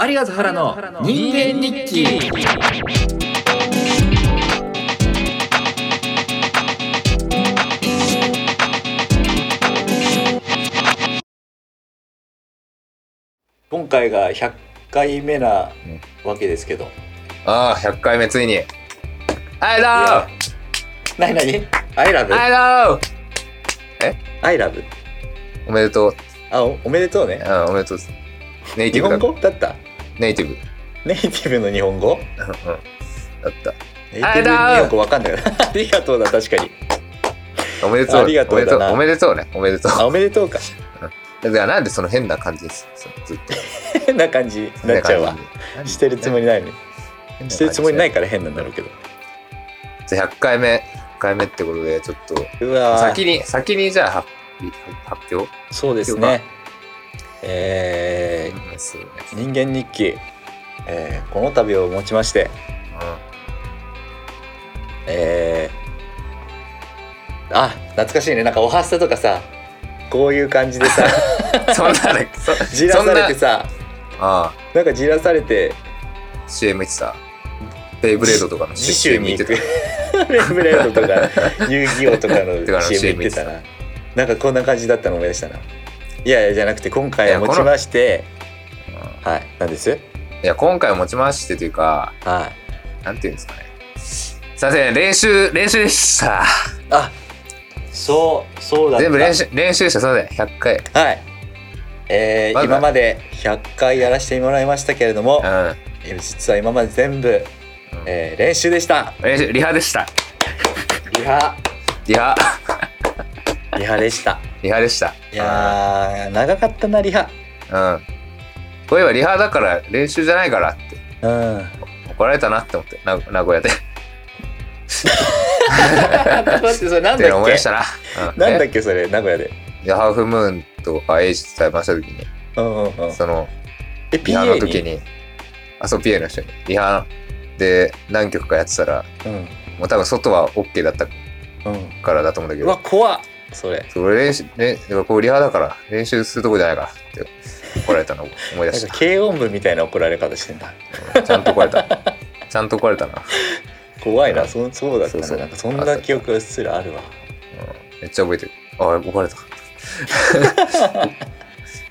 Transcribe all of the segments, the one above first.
有賀原の人間日記今回が100回目なわけですけどああ、100回目ついに。アイいラやなになにアイラブブアイラブアイラブおめでとう。あおおめでとうねあおめでとうです。ネイテ日ィブだ本。語だったネイティブ。ネイティブの日本語うんうんだっネイティブア日イラ本ブ語わかんない なありがとうだ確かにた。おめでとあう。りがとうだなおめでとう。おめでとうね。おめでとう。あおめでとうか だからなんでその変な感じです。そうずっと。変な感じになっちゃうわしてるつもりないねりしてるつもりないかから変なんだろうけどら。100回目、100回目ってことで、ちょっと、うわー先に、先にじゃあ発発表そうですねえうんそうねー、人間日記、えー、この度をもちましてえー、あ懐かしいねなんかおはスタとかさこういう感じで さうんそんなね、そじらそんさなれてさあなんかじらされてあ、CM 行ってた。ベイブレードとかの次週に行行くってた。レブレード とか遊戯王とかとかのの CM 行ってたななんかこんな感じだったの思い出したないやいやじゃなくて今回は持ちましてうんはいなんですいや、今回をもちましてというか、はいなんていうんですかね。さて、練習、練習でした。あそうそうだった全部練習、練習でした。そうだ100回。はいえーまだ今まで100回やらせてもらいましたけれどもう実は今まで全部、ん。えー練習でした練習、リハでした。リハリハ、 リハでしたリハでした。いやー長かったなリハうん。こういえばリハだから練習じゃないからって うん怒られたなって思って、な名古屋で。っ待ってそれなんてだっ思いけ出したな。うん、なんだっっけそれ名古屋でけハーフムーンとかエイジと対話した時に、うんうんうんその、えリハの PA 時にに、あ、そう、PA の人に、リハで何曲かやってたら、うんもう多分外は OK だったうんからだと思うんだけうどわ、怖っそれそれ練習、ね、だからこうリハだから練習するとこじゃないからって怒られたのを思いな出んしか軽音部みたいな怒られ方してんだた。ちゃんと怒られた。ちゃんと怒られたな。怖いな、うんそそうだったそうそうななんかそんな記憶がうっすらあるわうんめっちゃ覚えてる。あ、怒られた。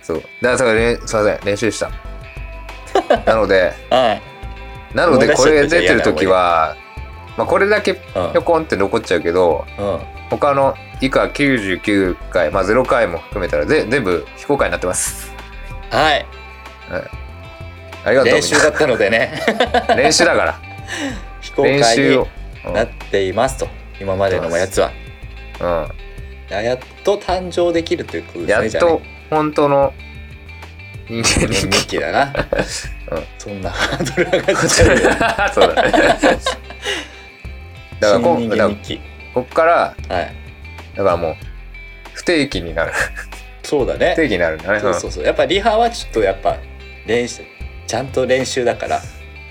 そう。だからそれ、ね、すいません、練習した。なので、はいなのでこれ思い出しちゃった出てる時は、まあこれだけうぴょこんって残っちゃうけど、ん、うん、他の以下99回、まあ0回も含めたらぜ全部非公開になってます。はいありがとう。練習だったのでねみんな練習だから。 非公練開習にを。うんなっていますと今までのやつはうん。ややっと誕生できるということですやねっじゃあねと本当の人間に人間日記だ な、うんそんなハードル上がっちそゃ ううよだだからこ新人ん だか間ら日記こっからはいだからもう不定期になるそうだ不定ね期になるんだねそうそうそうやっぱリハはちょっとやっぱ練習ちゃんと練習だから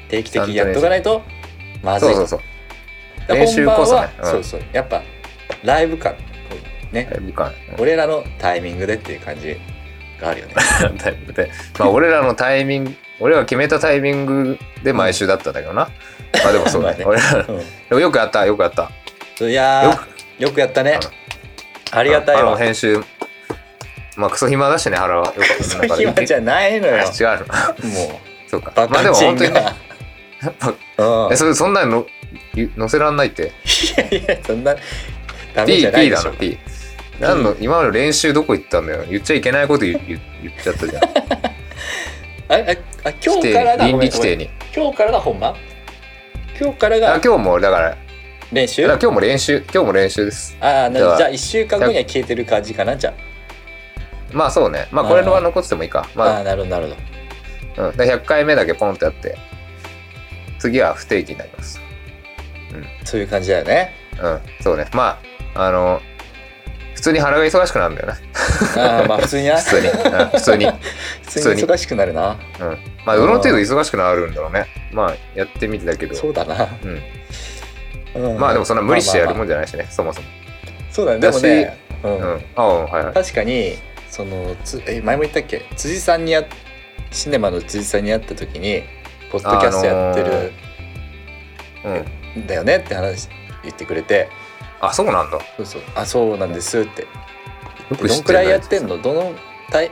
定期的にやっとかないとまうんずいそうとそうそうだから練習こそね本番うはんそうそうやっぱライブ感ね、ライブ感俺らのタイミングでっていう感じがあるよねライブでまあ俺らのタイミング俺らが決めたタイミングで毎週だったんだけどな、まあでもそうだねまあ俺らでもよくやったよくやったうんいやーよよくやったねあありがたいあのわ編集まあクソ暇だしね腹はよかったそういう暇じゃないのよも違うのそうかうバまあでカもチン本当にねが、うんえそれそんなのい載せらんないっていやいやそんなダメ P, じゃない P でだしなょ P なんの今までの練習どこ行ったんだよ言っちゃいけないこと言言言っちゃったじゃんあああ 今規日定からが倫ごめ理ん規ごめ定んに今日からが本番今日からあが今日もだからだか練習らあ今日も練習今日も練習ですあーなじゃあじゃあ1週間後には消えてる感じかなじゃまあそうねまああーこれは残っててもいいかあ、あまあーなるほどなるほどあ、うん、だから100回目だけポンってやって次は不定期になりますそういう感じだよねうんそうねまああの普通に腹が忙しくなるんだよね ああまあ普通にな 普通に、うん普通に普通に忙しくなるな まあどの程度忙しくなるんだろうねまあやってみてだけどそうだな、うんまあでもそんな無理してやるもん、んじゃないしねそもそもそうだねでだもしね、うんうんああはいはい確かにそのつえ前も言ったっけ辻さんにやシネマの辻さんに会った時にポッドキャストやってうん、るんだよねって話言ってくれて、あそうなんだよそうそうあそうなんですってくど知のっくてらいややってんのどのタイ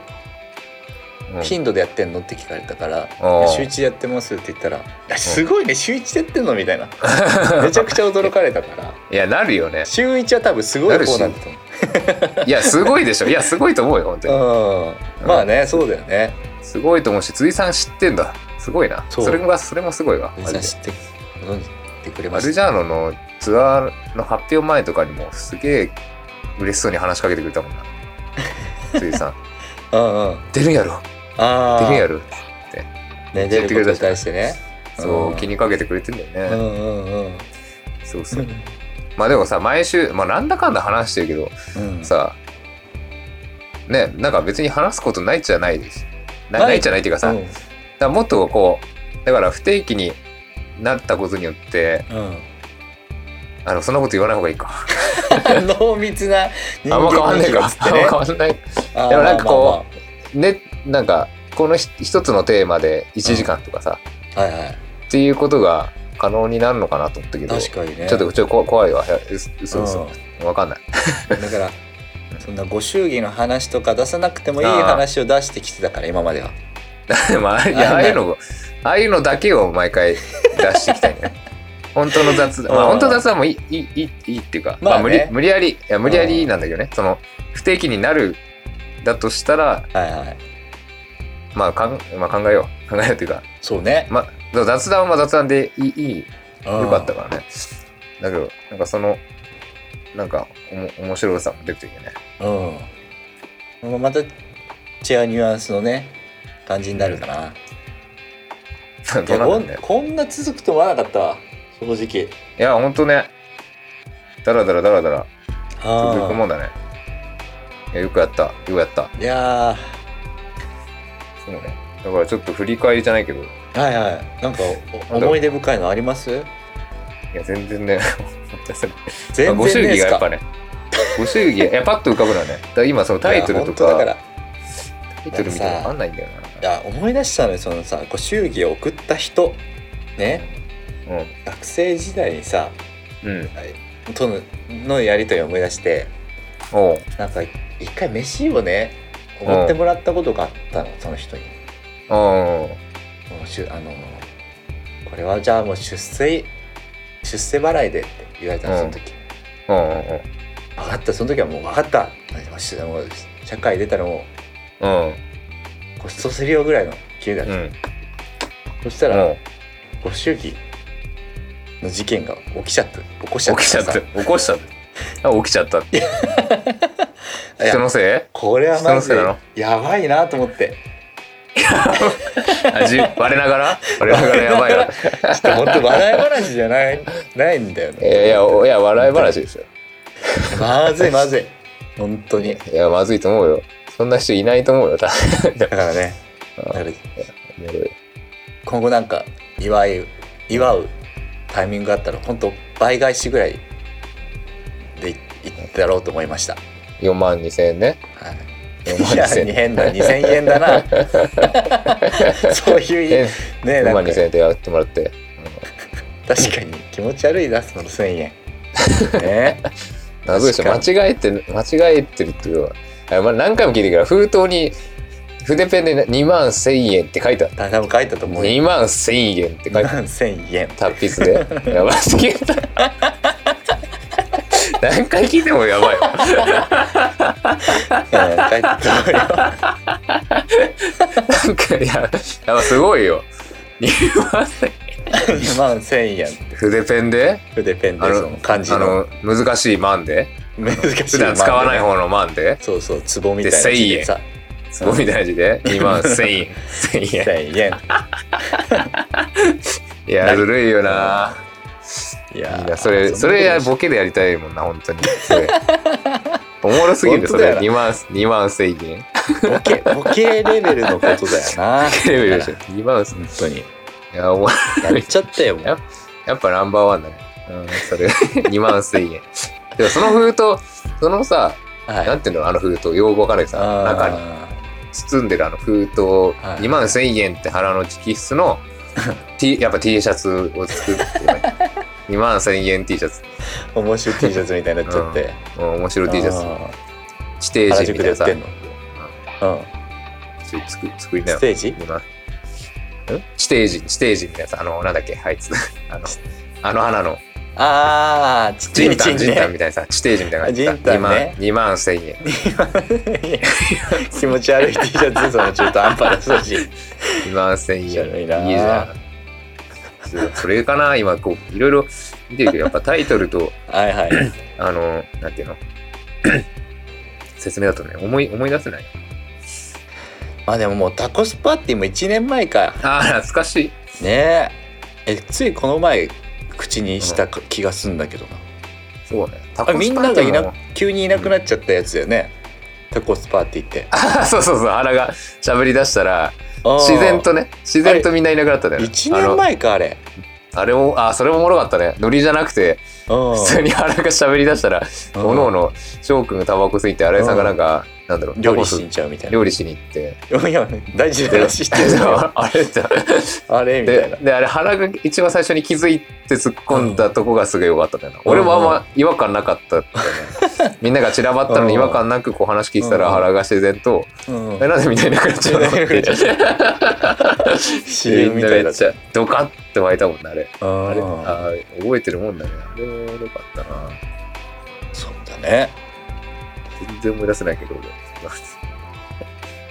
うん、頻度でやってんのって聞かれたからあー「週一でやってます」って言ったらあ「すごいね週一でやってんの?」み たいなめちゃくちゃ驚かれたからいやなるよね週一は多分すごい方なんだと思ういやすごいで しょいやすごいと思うよ本当にうんまあねそうだよねすごいと思うし辻さん知ってんだすごいなそうそれがそれもすごいわさマジんで知って飲んでくれマまルしジャーノのツアーの発表前とかにもすげえ嬉しそうに話しかけてくれたも んな辻さんたうんうん「出るやろああ出るやろね出ることに対してね」そううん気にかけてくれてんだうよね、んうんうんそうそうまあでもさ毎週、まあ、なんだかんだ話してるけどうんさねなんか別に話すことないっちゃないですなないないっちゃないっていうかさ、うんだからもっとこうだから不定期になったことによってあのそんなこと言わない方がいいかうん 濃密な人あんま変わ間んない関係かっつってあねんあま変わんないー でもなんかこうまあまあねなんかこのひ一つのテーマで1時間とかさ、まあはいはいっていうことが可能になるのかなと思ったけど確かにねちょっとちょっとこ怖いわいやうす嘘嘘うわかんないんだからそんなご祝儀の話とか出さなくてもいい話を出してきてたから今まではまあいやああいうのああいうのだけを毎回出していきたい ね本当の雑談、まあ、うん本当の雑談もいいいいいいいいっていうか、まあね無理無理やりいや無理やりなんだけどね、その不定期になるだとしたら、はいはいまあ、かんまあ考えよう考えようっていうか、そうねまあ、雑談は雑談でいいいいよよかったからね。だけど、なんかその、なんかおも面白さも出てるよね。うんまた違うニュアンスのね感じになるかな、いどやうなこんんだよ。こんな続くと思わなかったわ正直いや、ほんとね、だらだらだらだら、続くもんだね。いやよくやった、よくやった。いやそうね。だからちょっと振り返りじゃないけど、いーはいはいなんかお思い出深いのありますや、全然ね、全然ご祝ねえ儀すがやっぱかね、ご祝儀、いや、パッと浮かぶのはね、だから今そのタイトルといや本当だかか、らタイトルみたいなのあんないんだよいや思い出したのよそのさご祝儀を送った人ねな。学生時代にさうん。うん。とののやりとりを思い出しておうなんか一回飯をねおごってもらったことがあったのその人に。おうもうしゅあのこれはじゃあもう出世出世払いでって言われたのその時、おうおう分かったその時はもう分かったもうしもう社会出たらもおううごちそうするよぐらいの気だっうん。た、うん。そしたら、うんご祝儀の事件が起きちゃった起こしちゃった起きちゃったさ起こしちゃったあ起きちゃったっていや人のせこれは人マのジせいだろでやばいなと思っていあじ我ながら我ながらや ばいなちょっと本当笑い話じゃないないんだよいねやいやおいや笑い話ですよまずいまずい本当にいやまずいと思うよそんな人いないと思うよ多だからねだから分 今後なんか祝い祝うタイミングがあったら本当倍返しぐらいでいいってやろうと思いました、 4万2千円ねは4い、いや万2千円変な2000円だ なそういうね4な万んか2千円でやってもらって確かに気持ち悪いなその1000円ね謎でしょ確間違えて間違えてるっていうかあまあ何回も聞いてるから封筒に筆ペンで2万1000円って書いてあった多分書いたと思うよ 2万1000円って書いて あった 万1000円達筆でやばすぎる 何回聞いてもやばいわうん書いたと思うよなんかいややばすごいよ2万円 2万1000円筆ペンで筆ペンあでそのの漢字あの の難しい万で難しい普段使わない方の万でそうそう壺みたいな字でさすごい大事で2万1000円1000円1000 円いやずるいよないやいいなそれそれやボケでやりたいもんな本当にそれおもろすぎるそ本当だよれな2万2万1000円ボケボケレベルのことだよな レベルでしょ2万1000本当に円いやおもろやっちゃったよもう ややっぱナンバーワンだね。うん、それ、2万1000円。でもその封筒、そのさ、はなんていうの、あの封筒、用語わかんないけどさ、中に、あ包んでるあの封筒はい2万1000円って腹の直筆 の T やっぱ T シャツを作ってね2万1000円 T シャツ面白い T シャツみたいになっちゃって、うん面白い T シャあツー地底原人み宿たいで売ってなさんのうんちょっと作作りなよステージ今ん地底人地底人みたいなさあのなんだっけあい つあのあの花のああちっちゃいじんたんじんたんねみたいなさ地底人みたいな感じでさじんたんね2万2万1000円 気持ち悪い T シャツその中途半端だし2万1000面円白いないいじゃんそうそれかな今こういろいろ見てるけどやっぱタイトルとはいはいあのなんていうの 説明だとね思い思い出せないまあでももうタコスパーティーも1年前かああ懐かしいねええついこの前口にしたか気がすんだけどなそうねタあれみんながいいな急にいなくなっちゃったやつだよね、タコスパーティーってあ そうそうそう原がしゃべり出したらうん自然とね自然とみんないなくなったんだよね1年前かあれあのあれもあそれもおもろかったねノリじゃなくてうん普通に原がしゃべり出したらうんおのおの翔くんがタバコ吸いて新井さんがなんかなんだろう料理タコしスんちゃうみたいな料理しに行っていや大事な話して るよあれってあれみたいでなであれ原が一番最初に気づいて突っ込んだとこがすごい良かったんだよな、俺もあんま違和感なかったんだよ ねみんなが散らばったのに違和感なくこう話聞いてたらうん原が自然とうん「えなんでみんないなくなっち ゃうの?」っいなくなてっちゃみ CM みんなたい めだっちゃドカッて湧いたもんねあれああれああー覚えてるもんだねあれも良かったなそうだね全然思い出せないけど俺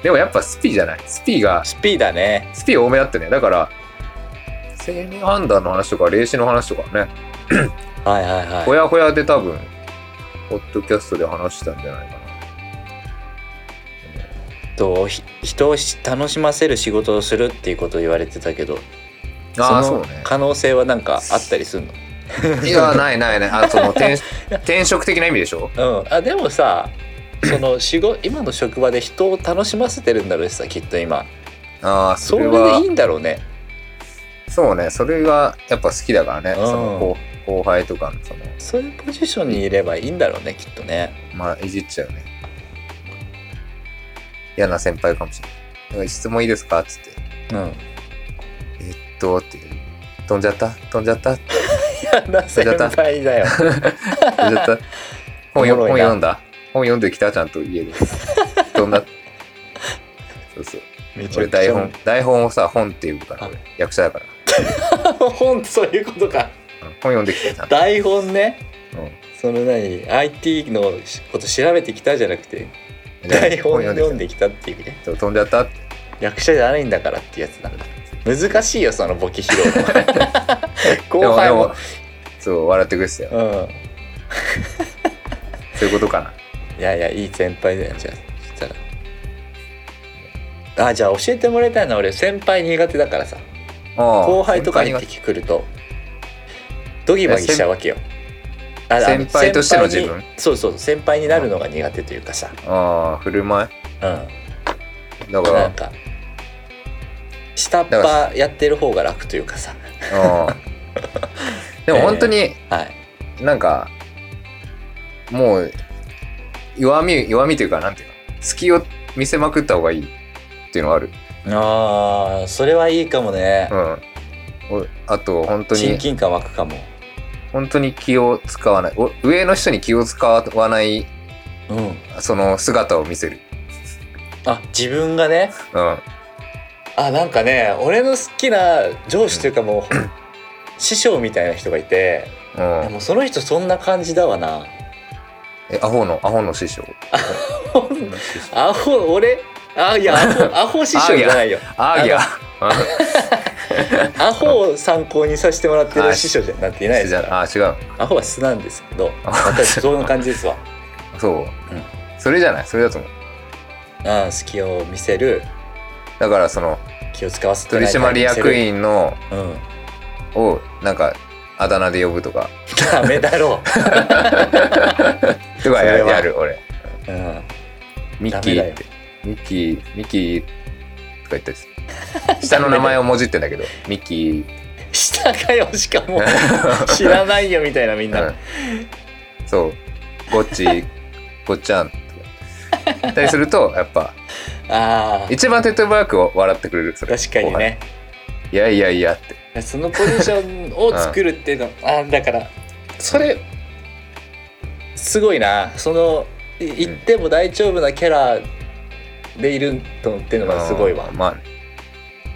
でもやっぱスピじゃないスピがスピーだねスピ多めだってねだから青年判断の話とか霊視の話とかねはいはいはいほやほやで多分、ポッドキャストで話したんじゃないかとひ人をし楽しませる仕事をするっていうことを言われてたけどな。ああ、そそうの ね。可能性はなんかあったりするのいや、ないないない。あ、その転 転職的な意味でしょうん、あでもさその仕事今の職場で人を楽しませてるんだろうしさきっと今ああ、そそれれでは。いいんだろうねそうね、それがやっぱ好きだからね。うんその後後輩とかの、その、そういうポジションにいればいいんだろうねきっとねまあ、いじっちゃうね。嫌な先輩かもしれないなんか。質問いいですかつって。うんえっと、って。飛んじゃった飛んじゃった飛ん嫌 な先輩だよじ ゃった本おもよろいな本読んだ本読んできたちゃんと家で。飛んだそうそう。めちゃ俺くち台ゃ本台本をさ本っていうからあ俺役者だから、 本そういうことかうん本読んできてた、台本ねうんその何 IT のこと調べてきたじゃなくてじゃあ台本読んきできたっていうねたそう飛んじゃったって役者じゃないんだからってやつなんだ難しいよそのボケ披露もで 後も輩でももそう笑ってくれてたようんそういうことかないやいやいい先輩だよじゃあそしたらあじゃあ教えてもらいたいのは俺先輩苦手だからさ後後輩とかに敵来るとドギマギしちゃうわけよああの先輩としての自分先輩にそうそう先輩になるのが苦手というかさああ振る舞ういだんかならんか下っ端やってる方が楽というかさあ ーでも本当にはいなんかもう弱み弱みというかなんていうか隙を見せまくった方がいいっていうのはあるあーそれはいいかもねうんおあと本当親に近感湧くかも本当に気を使わないお上の人に気を使わないうんその姿を見せる。あ自分がねうん。あなんかね俺の好きな上司というか もう師匠みたいな人がいてうんでもその人そんな感じだわな え、アホの、アホの師匠。アホ俺あいやア ホアホ師匠じゃないよアーギャ。 アホを参考にさせてもらってる師匠じゃなんていないですからあ、違う。アホは素なんですけどあ私そんな感じですわそう。うんそれじゃないそれだと思う。あ隙を見せるだから、その、気を使わせて取ない締役員の、うんを、なんか、あだ名で呼ぶとか、ダメだろとかやそれはやる、俺。う、うん、ミッダキメだーよって。ミッキー、ミッキー、とか言ったりする。下の名前をもじってん だけど、ミッキー。下かよしか も知らないよみたいなみんな、うん そう。ゴッチ、ゴッチャンとか。言ったりすると、やっぱ、ああ一番手っ取り早く笑ってくれるそれ確かにね後輩いやいやいやってそのポジションを作る っていうの、あだからそれすごいなそのい行っても大丈夫なキャラでいるとっていうのがすごいわうんまあね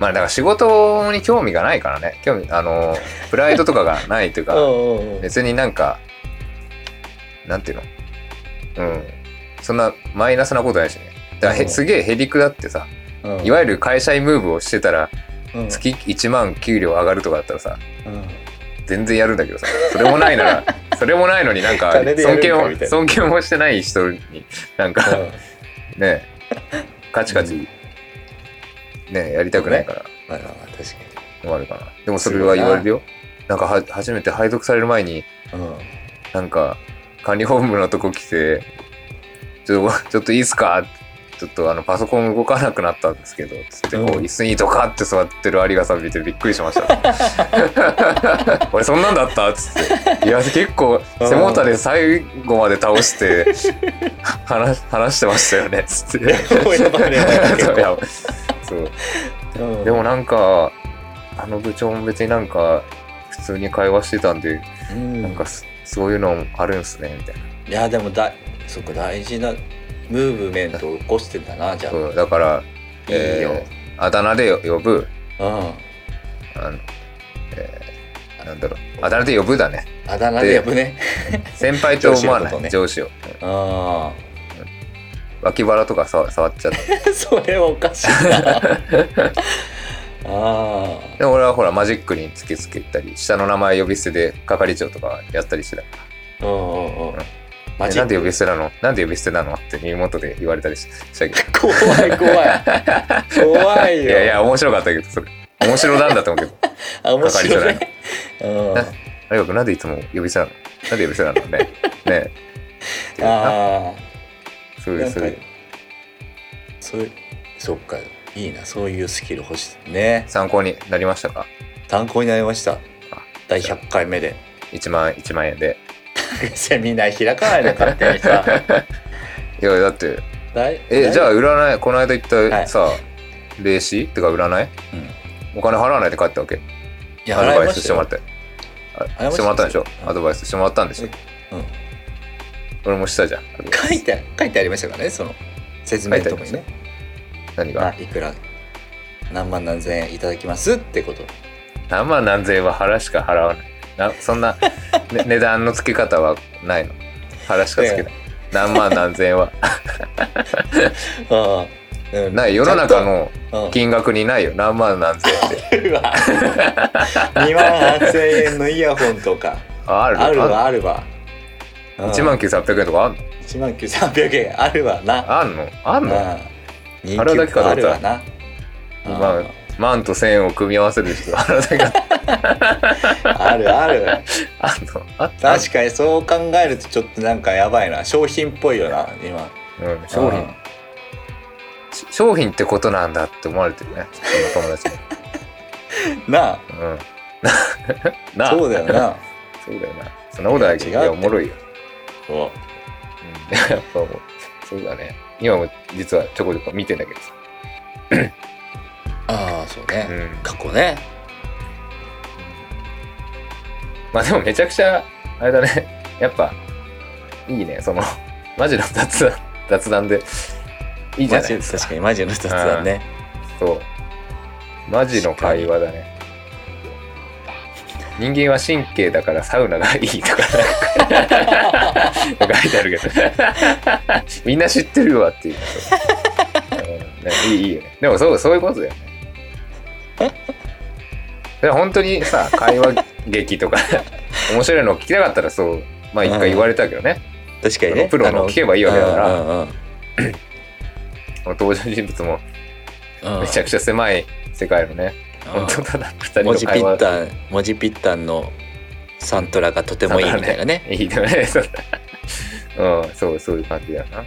まあだから仕事に興味がないからね興味あのプライドとかがないと いううかんうんうん別になんかなんていうのうんそんなマイナスなことないしねだからへうんすげえへりくだってさうんいわゆる会社員ムーブをしてたらうん月1万給料上がるとかだったらさうん全然やるんだけどさそれもない ならそれもないのになんか金でやる尊ん敬かもみたいな尊敬もしてない人になんかねカチカチねやりたくないからまあまあまあ確もあるかなでもそれは言われるよなんかは初めて配属される前にかに うんなんか管理本部のとこ来て「ちょっとちょっといいっすか?」ちょっとあのパソコン動かなくなったんですけど」つってこううん椅子にドカって座ってる有賀さん見てびっくりしました俺そんなんだった っつっていや結構背もたれ最後まで倒して話話してましたよねっつって やばいね結構 そうやばいそううんでもなんかあの部長も別になんか普通に会話してたんで、うんなんかすそういうのもあるんすねみたいいやでもだそっか大事なムーブメントを起こしてんだなじゃな、あ、そうだからいいよ、えーあだ名で呼ぶうんあの、えーなんだろうあだ名で呼ぶだねあだ名で呼ぶね先輩と思わない上上司を、あうん脇腹とか触触っち ゃってあ それはおかしい なああで俺はほらマジックに突きつけたり下の名前呼び捨てで係長とかやったりしてたうんうんうんマえジなんで呼び捨てなのなんで呼び捨てなのって耳元で言われたりししたけど怖い怖い怖いよいやいや、面白かったけど、それ。面白なんだと思うけど。あ面白い係ねうんああれなんでいつも呼び捨てなのなんで呼び捨てなのね。ねえ。 あそういなうんかそういう。そういうそっかいいなそういうスキル欲しいね参考になりましたか参考になりましたあ第100回目で ?1 万、1万円で。セミナー開かないで勝手にさいや、だって、大え、大じゃあ占い、この間言っはたいさ、霊視ってか占いうんお金払わないで帰ったわけ。いやアド払いバイまスししてたもらよって。払いましたあしてもらったんでしょうんアドバイスしてもらったんでしょうん俺もしたじゃん。書いて書いてありましたからねその説明のとこにね何まあがいくら何万何千円いただきますってこと何万何千円は払しか払わない。なそん な、ね値段の付け方はないの。払しか付けない。何万何千円は。ああ、うんない世の中、のちゃんと金額にないよ何万何千円ってうん、うわ2万8000円のイヤホンとかあるあるわあるわ1万9800円とかあんの1万9300円あるわなあんのあんのあ人あれ気だけかとあ思っるたわな2万万と千円を組み合わせる人 あれだけああーあるあるんのあった確かにそう考えるとちょっとなんかやばいな商品っぽいよな今うん、商う品んし商品ってことなんだって思われてるねその友達になあうん ななそうだよなそうだよなそんなことないけどいいや違うってやおもろいよ、そううん、やっぱもうそうだね今も実はちょこちょこ見てんだけどさ、ああそうね、うん、過去ねまあでもめちゃくちゃ、あれだね、やっぱ、いいね、その、マジの雑談、雑談で、いいじゃないですか。確かにマジの一つだねそう。マジの会話だね。人間は神経だからサウナがいいとか、なんか書いてあるけど、みんな知ってるわっていう。うんねいいいいよね。でもそう、そういうことだよね。で本当にさ、会話劇とか、面白いのを聞きたかったらそう、まあ一回言われたけどね、確かにそのねプロの聞けばいいわけだから、らこの登場人物もめちゃくくちゃ狭い世界のね、ち本当ただ二人文の字ピ会ッ話タン文字ピッタンのサントラがとてもいいみたいなねいいよね。そうだうん、そう、そういう感じだよな。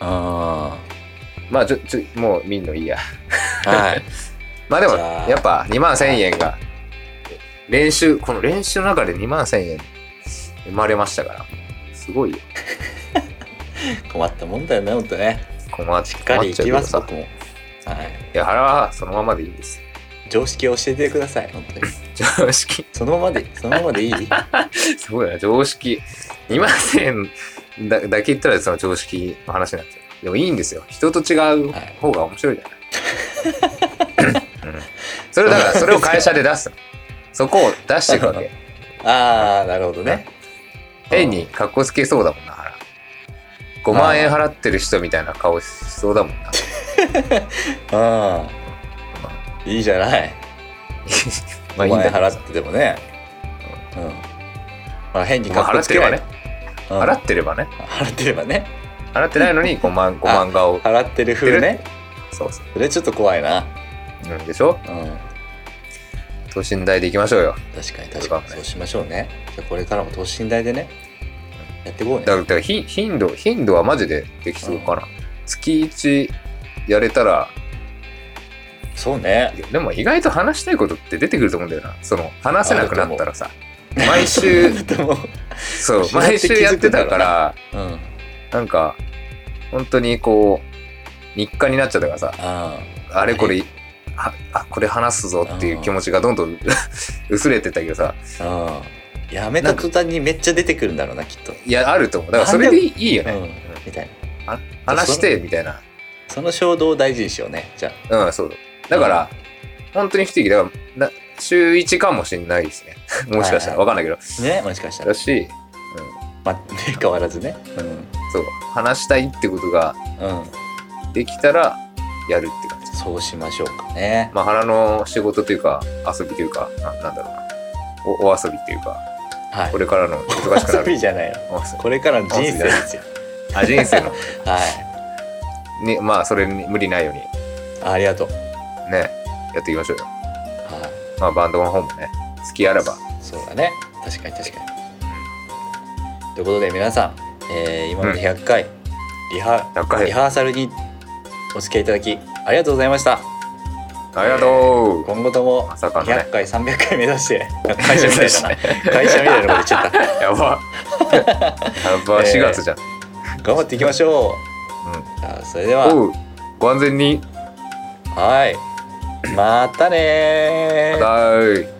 あまあ、ちょ、ちょ、もう見んのいいや。あ はいまあでも、じゃあやっぱ2万1000円が、練習、この練習の中で2万1000円生まれましたから、すごいよ。困ったもんだよねほんとねこのまましっかりいきます困っ僕ちゃうけどもはいさいや腹はそのままでいいんですよ常識を教えてください本当に常識そのままで そのままでいいすごいな常識2万円だだけ言ったらその常識の話になっちゃうでもいいんですよ人と違う方が面白いじゃない、うん、それだからそれを会社で出すのそこを出していくわけああなるほどね変にかっこつけそうだもんな腹5万円払ってる人みたいな顔しそうだもんなうんいいじゃないまあ5いいん万だ円けど払っててもねうんまあ変にまあかっこ払っつてけれなばいねうん払ってればね払ってればね払ってないのに5万5万顔払ってる風ねそうそそれちょっと怖いなう、うん、でしょうん等身大でいきましょうよ確かに確かそうだにねそうしましょうねじゃあこれからも等身大でねやっていこうねだからだからひ頻度頻度はマジでできそうかな、月1やれたらそうねでも意外と話したいことって出てくると思うんだよなその話せなくなったらさ 毎週でもそう知らんって毎週やってた気づくかんだらうんなんか本当にこう日課になっちゃったからさああれこれああこれ話すぞっていう気持ちがどんどん 薄れてったけどさあああやめた途端にめっちゃ出てくるんだろうなきっと、いやあると思うだからそれでいいいいようね、ん、みたいなあ話してみたいなその衝動を大事にしようねじゃうん、そうだ。だから、本当に不定期だから、な週1かもしれないですね。 もしかしたら、はわいかんないけど。あねもしかしたらだ、し、ま あ、変わらずねうん、そう、話したいってことがうん、できたら、やるって感じ。そうしましょうかねまあ、腹の仕事というか、遊びというか、ななんだろうな。おお遊びっていうか、はいこれからの忙しくな遊びる。じゃないよお遊びこれからの人生ですよあ人 生の、はね、まあ、それに無理ないように、いありがとうね、やっていきましょうよ。はいまあ、バンドの方もね、好きあらば、そうだね確かに確かに。ということで皆さん、えー今まで100回リハ,、 100回リハーサルにお付き合いいただきありがとうございましたありがとう今後ともまさかのね200。回300回目指して会社みたいだな会社みたいなこと言っち ゃった やば。やば、えー4月じゃん。頑張っていきましょうんうじゃあそれではおう、ご安全に。はいまたねーバイバイ。